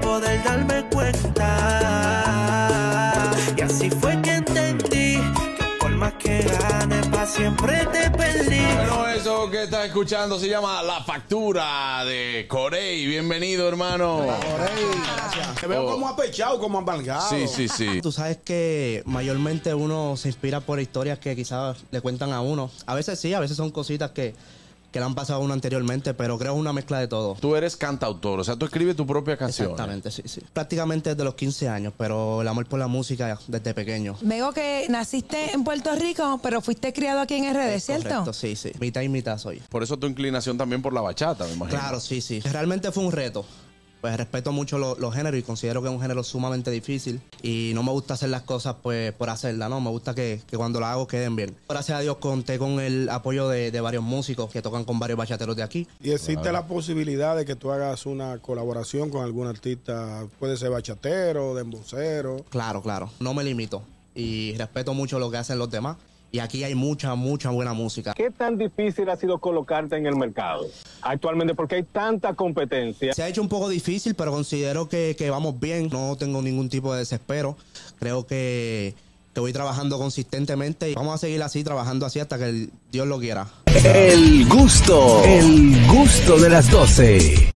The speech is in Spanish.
poder darme cuenta. Y así fue que entendí que por más que gane, pa' siempre te perdí. Bueno, eso que estás escuchando se llama La Factura de Corey. Bienvenido, hermano. Te veo Oh. como apechado, como amalgado. Sí, sí, sí. Tú sabes que mayormente uno se inspira por historias que quizás le cuentan a uno. A veces sí, a veces son cositas que, que le han pasado a uno anteriormente, pero creo una mezcla de todo. Tú eres cantautor, o sea, tú escribes tu propia canción. Exactamente, sí, sí. Prácticamente desde los 15 años, pero el amor por la música desde pequeño. Veo que naciste en Puerto Rico, pero fuiste criado aquí en RD, ¿cierto? Correcto, sí, sí. Mitad y mitad soy. Por eso tu inclinación también por la bachata, me imagino. Claro, sí, sí. Realmente fue un reto. Pues respeto mucho lo- los géneros y considero que es un género sumamente difícil. Y no me gusta hacer las cosas pues por hacerlas, ¿no? Me gusta que, que cuando las hago queden bien. Gracias a Dios conté con el apoyo de, de varios músicos que tocan con varios bachateros de aquí. Y existe la posibilidad de que tú hagas una colaboración con algún artista, puede ser bachatero, dembocero. Claro, claro. No me limito. Y respeto mucho lo que hacen los demás. Y aquí hay mucha, mucha buena música. ¿Qué tan difícil ha sido colocarte en el mercado actualmente? Porque hay tanta competencia. Se ha hecho un poco difícil, pero considero que, que vamos bien. No tengo ningún tipo de desespero. Creo que, que voy trabajando consistentemente y vamos a seguir así, trabajando así hasta que el- Dios lo quiera. El gusto, el gusto de las 12.